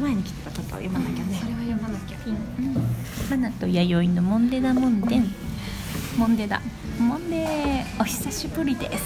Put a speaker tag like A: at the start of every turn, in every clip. A: 前に来てた方を読まなきゃね
B: それは読まなきゃ
A: うん花と弥生のモンデダモンデンモンデダモンデーお久しぶりです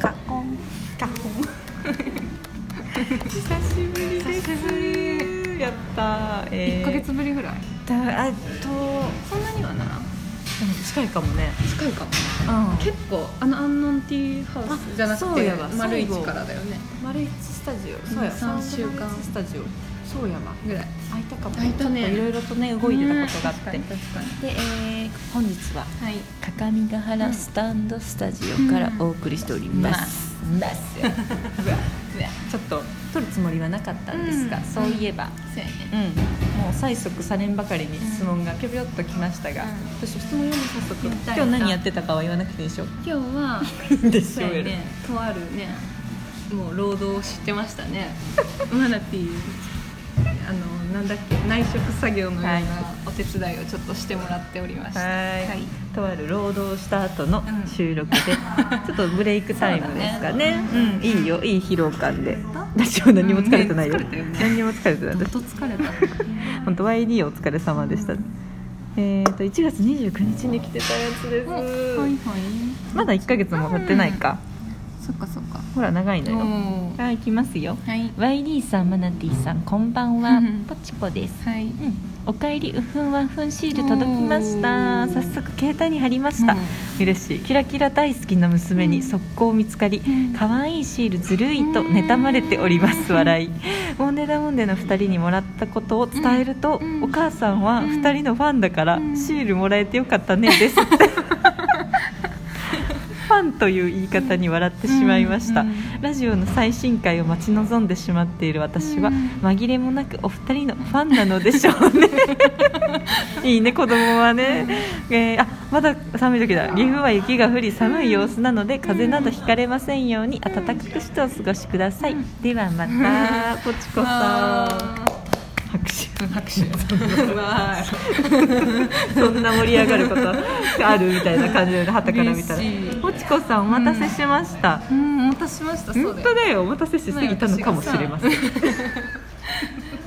A: カコン
B: ガホン久しぶりです久しぶり
A: やった
B: 一ヶ月ぶりぐらい
A: だあと
B: そんなにはならん
A: 近いかもね
B: 近いかも
A: うん
B: 結構あのアンノンティーハウスじゃなく
A: あそう
B: て
A: やわ
B: 丸
A: 最
B: 一
A: 後
B: からだよね
A: 丸一スタジオ
B: そうや三週間
A: スタジオそうやわ
B: ぐらい
A: 空いたかも
B: 空いたね
A: ちょっといろいろとね動いてたことがあって、
B: うん
A: で、
B: 確かに確
A: えー、本日は
B: かにはい
A: 各務原スタンドスタジオからお送りしております、ます ちょっと撮るつもりはなかったんですが、
B: うん
A: そういえば、
B: そうやね
A: うん、もう催促されんばかりに質問がぴょぴょっときましたが、
B: うん
A: 私質問読む早速
B: やった
A: 今
B: やっ
A: 日
B: た
A: 何やってたかは言わなくていいでしょ
B: 今日 は
A: でし
B: そ
A: ょ
B: うや
A: やろ
B: ねとあるねもう労働を知ってました ねマナティーあのなんだっけ内職作業のよう
A: は
B: ないお手伝いをちょっとしてもらっておりました
A: はーい
B: はい
A: とある労働した後の
B: うん
A: 収 録で、ちょっとブレイクタイムですかねう
B: そうだね
A: んいいよいい疲労感で私は何も疲れてないよ、
B: うんね疲れたよね
A: 何にも疲れてない
B: どっ
A: 私
B: と疲 れた
A: 本当 YD お疲れ様でした、えー、と1月29日に来てたやつです、
B: おはいはい
A: まだ1ヶ月も経ってないか、
B: そっかそっか
A: ほら長いのよ、
B: おー
A: はい行きますよ
B: はい
A: YD さんマナティさんこんばんは
B: うん
A: ポチコです
B: はい
A: うんおかえりうふんわふんシール届きました
B: おー
A: 早速携帯に貼りました、
B: うん
A: 嬉しいキラキラ大好きな娘に速攻見つかり
B: うん
A: 可愛、いシールずるいと妬まれており ます
B: うん
A: 笑いモンデダモンデの2人にもらったことを伝えると、
B: うん
A: お母さんは
B: うん
A: 2人のファンだから、
B: うん
A: シールもらえてよかったね ですってファンという言い方に笑ってしまいました、
B: うん
A: ラジオの最新回を待ち望んでしまっている私は
B: うん
A: 紛れもなくお二人のファンなのでしょう ねいいね子供はね、えーあまだ寒い時だ岐阜は雪が降り寒い様子なので風邪などひかれませんように暖かくしてお過ごしください、ではま たポチコさ
B: わ
A: ん拍手
B: ー拍手わー
A: そんな盛り上がる ことあるみたいな感じで旗から見たら
B: 嬉しい
A: ポチコさんお待たせしました、
B: うんお待たせしましたそう
A: 本
B: だ
A: 当
B: よ
A: だよお待たせしすぎたのかもしれません
B: あ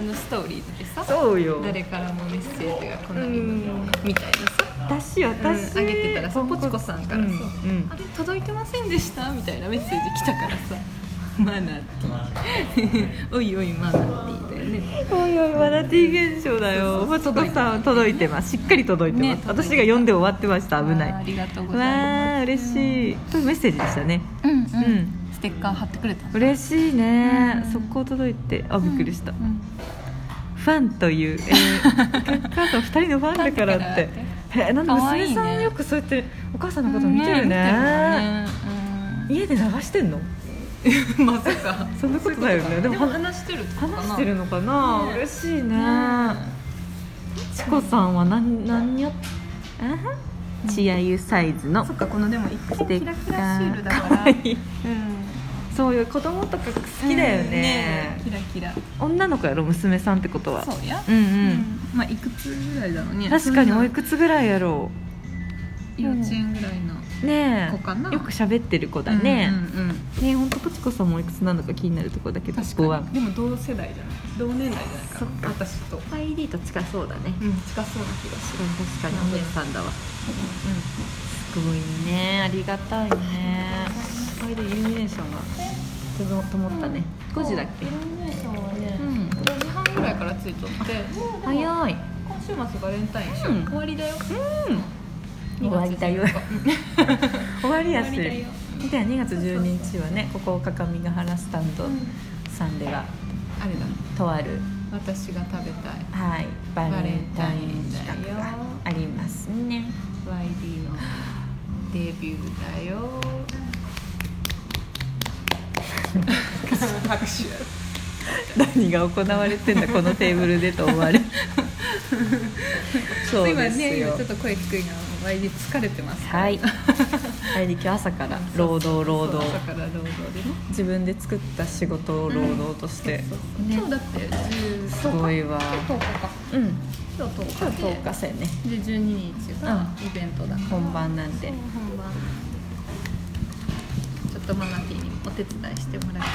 B: のストーリーでさ
A: そうよ
B: 誰からもメッセージが来ないのにみたいなさ
A: 私私、
B: うんあげてたらさポチコさんからさ、
A: うんうん
B: あれ届いてませんでしたみたいなメッセージ来たからさマナティーおいおいマナティーだよね
A: おいおいマナティー現象だよ
B: そう
A: マ
B: そ
A: ツ
B: う
A: コさん届いてますしっかり届いてま
B: ね
A: す、
B: 届いて
A: 私
B: た
A: が読んで終わってました危ない
B: あーあ
A: わ
B: りがとうございます
A: あ嬉しいとメッセージでしたね
B: うんうん、
A: ん
B: ステッカー貼ってくれた
A: 嬉しいね、
B: うん
A: 速攻届いてあびっくりした、
B: うん
A: ファンという、えー、母さん2人のファンだからって
B: ファンだから
A: えーなんで
B: 可愛
A: 娘
B: いね
A: さんよくそうやってお母さんのこと見てるね,、
B: 見てるね
A: 家で流してんの
B: うんまさか
A: そんなことだよね
B: で
A: で
B: も
A: もは
B: 話してるってことかな
A: 話してるのかな、
B: ね
A: 嬉しいね、チ
B: コ
A: コさんは何何やっチアユサイズの
B: そっかこのでも一
A: ステ
B: 見
A: ッ
B: キ
A: カ
B: ラ
A: ー
B: キラシールだから
A: かわいい
B: うん
A: そういう子供とか好きだよね,、
B: うんキラキラ
A: 女の子やろ娘さんってことは
B: そうや
A: うん
B: う
A: うん、
B: まあいくつぐらいだろうね
A: 確かに
B: そん
A: お
B: ない
A: くつぐらいやろ
B: 幼稚園ぐらいの
A: うね
B: 子かな
A: えよく喋ってる子だね、
B: うんうんうん
A: ねえほんとポチコさんもおいくつなのか気になるとこだけど
B: 確
A: こ
B: か
A: は
B: にでも同世代じゃない同年代じゃないか
A: そっか
B: 私と
A: ID と近そうだね
B: うん近そうな気がす
A: 確か
B: る
A: に確かにお姉さんだわすごいねありがたいねこれでイルミネーションがとどともったね、5時だっけ
C: イルミネーションはね、
B: うん5時半ぐらいからついとって
A: 早い
B: 今週末バレンタインでしょ
A: うん
B: 終わりだよ
A: 終わりだよ
B: 2月14日
A: 終わりやすい
B: 終わりだよ
A: では2月12日はねここ各務原スタンドさんでは
B: あれだ
A: とある、
B: 私が食べたい
A: はい、バレンタイン企画がありますね
B: YD のデビューだよ 拍手
A: 何が行われてんだこのテーブルでと思わ れそう
B: 今
A: です
B: ね
A: よ
B: 今ちょっと声低いな YD 疲れてますから
A: はいはい今日朝から労働労働
B: そう朝から労働でね
A: 自分で作った仕事を労働として、
B: そうそう今日だって10
A: すごいわ
B: 今日10日か
A: うん
B: 今日
A: 今
B: 10
A: 日
B: 日で
A: 10日生ね
B: で12日がイベントだから
A: 本番なんで
B: 本番ちょっとマナティーにお手伝いしてもらいつ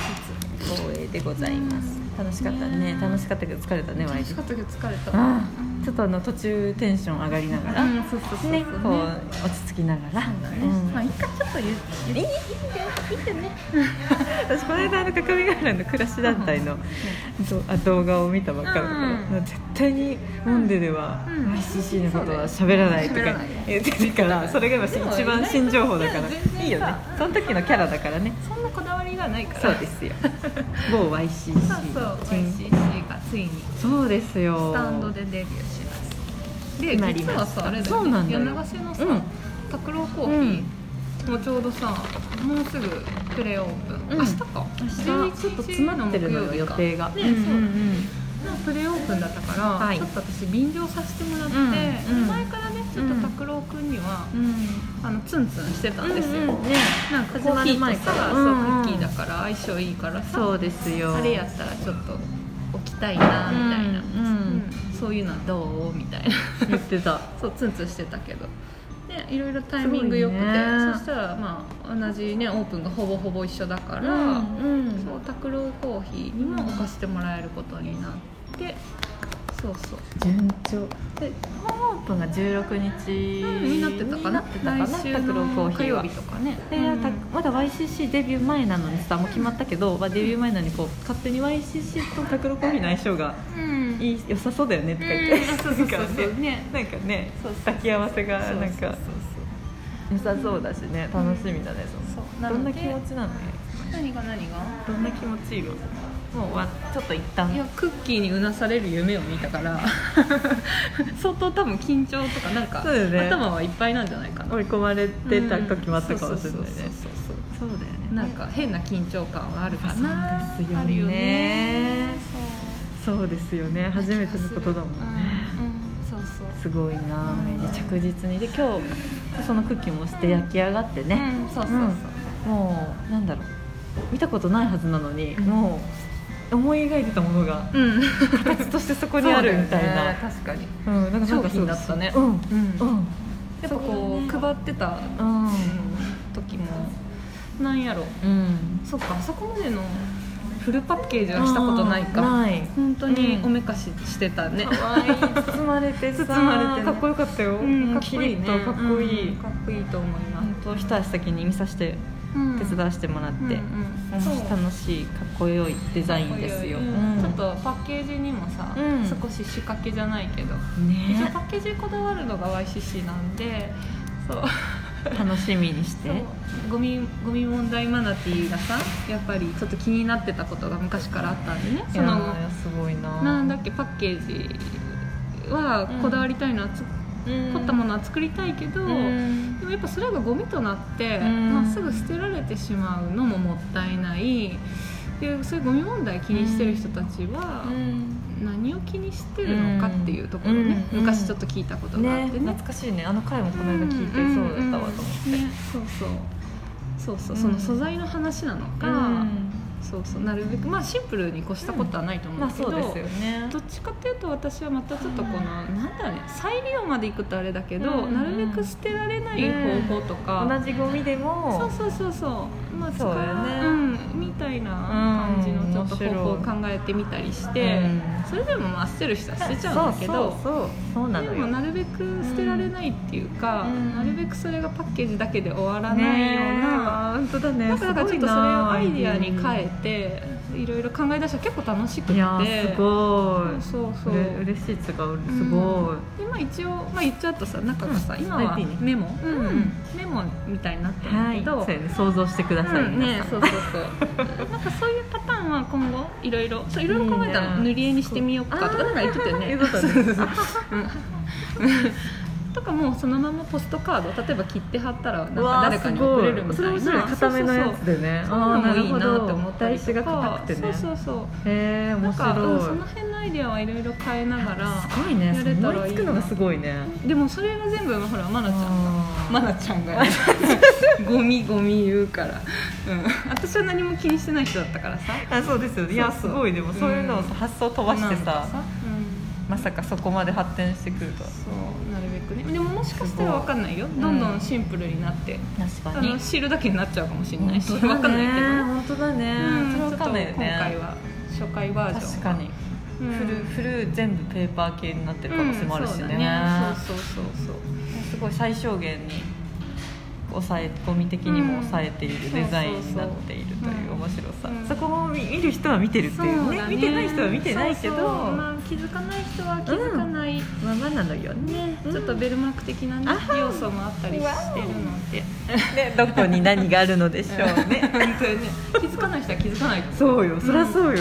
B: つ
A: 光栄でございます楽しかったね楽しかったけど疲れたね
B: 楽
A: 毎
B: し
A: 日
B: かったけど疲れた
A: ああちょっとあの途中テンション上がりながら、
B: う
A: ね
B: んそうそうそうそうね
A: こう落ち着きながら、
B: そうだね
A: うん
B: まあ一回ちょっと言言って
A: 私この間あの各務原の暮らし団体のどあ動画を見たばっかりだから、
B: うん
A: 絶対にモンデでは
B: うん
A: ICC のことは喋らないと
B: 喋ら
A: か
B: ない
A: 言ってたからそれが今
B: でも
A: 一番新情報だから
B: いや全然さ
A: いいよねその時のキャラだからね
B: そんなこだわりがないから
A: そうです よ某 YCC
B: そうそう
A: チン
B: YCC がついに
A: そうですよ
B: スタンドでデビューしますで
A: 決まり
B: 実
A: ま
B: は
A: した
B: さあれだ
A: そ
B: よ
A: うなん
B: ね
A: だよ
B: 柳瀬のさ
A: うん
B: 拓郎コーヒーもちょうどさもうすぐプレオープン
A: うん
B: 明日か
A: ちょっと詰まってるのよ予定が、
B: ね
A: うん
B: そう
A: うん
B: なんかプレオープンだったから、
A: はい
B: ちょっと私便乗させてもらって、
A: うんうん
B: 前からねちょっと拓郎くんには、
A: うんうん
B: あのツンツンしてたんですよ、
A: うんうんね
B: なんかコーヒ
A: 始まる前
B: ー
A: か
B: と
A: ら
B: さ、
A: うんうん
B: そうクッキーだから相性いいからさ
A: そうですよ
B: あれやったらちょっと置きたいなみたいな、
A: うんうん
B: そういうのはどうみたいな
A: 言ってた
B: そうツンツンしてたけどでいろいろタイミングよくて、
A: すごいね
B: そしたらまあ同じねオープンがほぼほぼ一緒だから、
A: うんうん
B: そう拓郎コーヒーにも置かせてもらえることになってそうそう
A: 順調で本オープンが16日
B: になってたかな
A: になってたかな
B: 来週
A: タクローコー
B: の
A: ヒ
B: 火
A: ー
B: 曜
A: は
B: 日とかね
A: で
B: うん
A: たまだ YCC デビュー前なのにさもう決まったけど、まあ、デビュー前なのにこう勝手に YCC とタクローコーヒーの相性が
B: うん
A: いい良さそうだよねとか言
B: う
A: っ
B: ん
A: て、
B: そうそうそ
A: な
B: うそ
A: んか
B: う
A: ね
B: ね
A: なんかね抱き合わせがなん
B: そうそう
A: か良さそうだしね楽しみだねそ
B: そう
A: の
B: な
A: どん
B: の
A: な
B: で
A: 気持ちなの
B: 何が何が
A: どんな気持ちいいよもう終わちょっと一旦
B: いやクッキーにうなされる夢を見たから 相当多分緊張とかなんか、
A: そうだよね
B: 頭はいっぱいなんじゃないかな
A: 追い込まれてた時もあったかもしれないね
B: うんそうそうそ
A: そ
B: う
A: うだよね
B: なんか変な緊張感はあるかな
A: そうですよね
B: あるよね
A: そうですよね初めてのことだもん
B: そう、うん
A: ね
B: うん、そうそう
A: すごいな
B: うん
A: 着実にで今日そのクッキーもして焼き上がってね、
B: うんそうそうそう、
A: もうなんだろう見たことないはずなのに、もう思い描いてたものが
B: うん、こ
A: 形としてそこにあるみたいなう,、
B: 確かに
A: んなんかなんか
B: 商品だったね
A: うんうん、
B: う
A: うんん
B: やっぱこう配ってた
A: うん
B: 時もなんやろ
A: うん
B: そっかあそこまでのフルパッケージはしたことないか
A: ない
B: 本当に
A: うん
B: おめかししてたね、
A: 可愛い包まれてさ
B: 包まれてね
A: かっこよかったよ、
B: うん
A: キリッとかっこいい、
B: うんかっこいいと思いま
A: 本当一足先に見させて
B: す、うん
A: 手伝わせてもらって、
B: うんうんそう
A: 楽しいかっこよいデザインですよ、
B: うんちょっ
A: ね
B: とパッケージにもさ、
A: うん
B: 少し仕掛けじゃないけど、一応パッケージにこだわるのが YCC なんでそう
A: 楽しみにして
B: そうゴミゴミ問題マナティーがさやっぱりちょっと気になってたことが昔からあったんでねそ
A: い
B: の
A: やーすごいな
B: なんだっ
A: け
B: けパッケージはこだわりたいのはつ、凝ったものは作りたいけど、
A: うん
B: でもやっぱそれがゴミとなって、
A: うん
B: まあ、すぐ捨てられてしまうのももったいないでそういうゴミ問題気にしてる人たちは、何を気にしてるのかっていうところね、
A: うん
B: 昔ちょっと聞いたことがあ
A: ね
B: ってね
A: 懐かしいねあの回もこの間聞いて
B: ん
A: そうだったわと思って、
B: うんうんねそうそうそうそう、
A: うん
B: その素材の話なのか、
A: うん
B: そうそうなるべくまあシンプルに越したことはないと思
A: ま
B: う
A: あ
B: け
A: そ
B: ど、
A: うですよね
B: どっちかっていうと私はまたちょっとこの、なんだろうね再利用までいくとあれだけど、
A: うん
B: なるべく捨てられない方法とか、
A: 同じゴミでも
B: そうそうそうそうまあ
A: そうだよね
B: うん、みたいな感じの
A: うん
B: ちょっと方法を考
A: 面
B: えてみたりして、
A: うん
B: それでもまあ捨てる人は捨てちゃ
A: そ
B: う
A: う
B: んだけ
A: け
B: ど
A: どそうそうな
B: で
A: の
B: も
A: よ
B: なるべく捨てられないっていうか、
A: うん
B: なるべくそれがパッケージだけで終わらないような、
A: 本当だね
B: だからちょっとそれ
A: すごい
B: を
A: な
B: アイディアに変えていろいろ考え出したら結構楽しくて
A: いやーすごい
B: そうそうそう
A: れ嬉しいっつうかすごい、
B: でまあ一応、まあ、言っちゃうとさ中がさ、
A: うん
B: 今は
A: IP ね
B: メモ、
A: うん
B: メモみたいになってる
A: は
B: け
A: い
B: ど、
A: そうやね想像してください、
B: うん
A: 皆
B: ね
A: さん
B: そうそう そうなんかそういうパターンは今後いろいろそういろいろ考えた
A: いい
B: の
A: ね
B: 塗り絵にしてみようかとか
A: あー
B: なんか言ってたよね
A: 言ってたね
B: そうそうそう うんとかもうそのままポストカード例えば切って貼ったらなん
A: うわ
B: か
A: ー
B: 誰かに送れるみ
A: す
B: たい
A: ご
B: な
A: それ面白い固めのやつでね
B: そういうの
A: あ
B: も
A: ー
B: いいなって思った
A: 台
B: りと
A: 紙が
B: か
A: 硬くてね
B: そうそうそう
A: へえー、
B: な
A: 面
B: んか、うん、そ
A: 白
B: の辺のアイデアはいろいろ変えながら
A: いすごいね
B: やれたらいいな
A: 思いつくのがすごいね
B: でもそれが全部ほら愛菜ちゃんが
A: あー
B: マナちゃん がゴミゴミ言うから、うん、私は何も気にしてない人だったからさ
A: あそうですよねいや
B: そう
A: す
B: そう
A: ごいでもそういうのをさ
B: うん
A: 発想飛ばして
B: なんか
A: さ
B: うん
A: まさかそこまで発展してくるとは
B: そうなるべくねでももしかしたら分かんないよどんどんシンプルになって、
A: 確
B: あのシールだけになっちゃうかもしれないし分かんないけど、
A: 本当だね
B: うん
A: それわかんないよ
B: ちょっと今回
A: ね
B: は初回バージョン
A: 確かに、
B: うん
A: フルフル全部ペーパー系になってる可
B: うん
A: 能性もあるしね,、
B: そうだねそうそうそう
A: すごい最小限に抑えゴミ的にも抑えているデザインになっているという面白さ、
B: うん
A: そこも見る人は見てるって
B: そう
A: いうね
B: だ
A: 見てない人は見てないけど
B: そうそうまあ、気づかない人は気づかない、
A: まあまあなのよね
B: ね、
A: うん
B: ちょっとベルマーク的な、ね
A: あは
B: 要素もあったりしてるので
A: ね どこに何があるのでしょうね
B: 本当にね気づかない人は気づかないと
A: そうよそりゃそうよ、
B: ね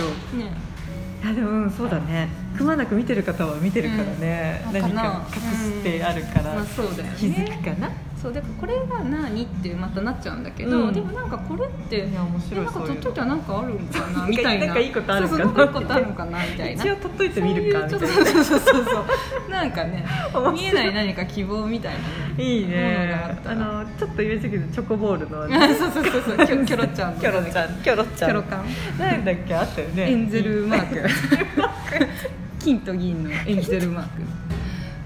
A: いやでもうんそうだねくまなく見てる方は見てるからね、
B: うん
A: 何
B: か
A: か
B: な
A: 隠してあるから、
B: まあそうだよね
A: 気づくかな、
B: そうだからこれが何ってまたなっちゃうんだけど、
A: うん
B: でもなんかこれって
A: いや面白い
B: えなんか
A: そういうの
B: 取っといたらなんかあるんか なみたいな
A: なんかいいことあるかな
B: そうそうなんかいいことあるんかなみたいな
A: 一応取っといてみるかみたいな
B: そういうちょっとそうそうそ うそうなんかね
A: 白い
B: 見えない何か希望みたいな
A: いい
B: ものがあ
A: ね
B: った
A: あ
B: ら
A: のちょっとイメージけどチョコボールの
B: ねそうそうそうそう キ ョキョロちゃんの
A: キョロちゃんキョロ
B: キ
A: ちゃん
B: ョロ感
A: なんだっけあったよね
B: エンゼルマーク 金と銀のエンゼルマーク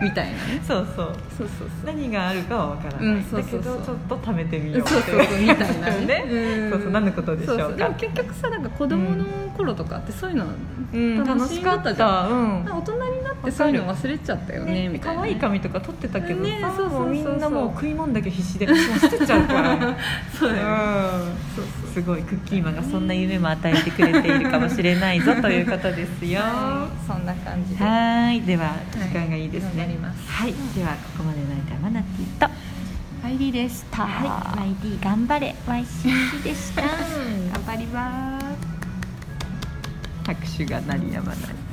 B: みたいなね
A: そうそう
B: そうそうそう
A: 何があるかはわからない、
B: うんそうそうそう
A: だけどちょっと貯めてみよう
B: そうそうそうみたいな
A: ね
B: うん
A: そうそう何のことでしょうか
B: そそでも結局さなんか子供の頃とかってそういうの
A: うん、楽
B: 楽
A: し
B: し
A: か
B: か
A: っ
B: ったた
A: じ
B: じ
A: ゃ
B: ゃ
A: ん、うん
B: なんか大人になってそういうの忘れちゃったよねみたいな
A: 可愛い髪とか撮ってたけどさ、
B: ねそうそうそうそ
A: も
B: う
A: みんなもう食い物だけ必死でもう捨てちゃうから、
B: そうだよねそう
A: うん、すごいクッキーマンがそんな夢も与えてくれているかもしれないぞということですよは
B: はいそんな感じで
A: ーいでは時間がいいです
B: 頑張り
A: ね
B: ます
A: はい、ではここまでの間マナティと
B: 入りでした
A: は
B: はい
C: YD 頑張れ YCC でした
B: 頑張ります
A: 拍手が鳴りやまない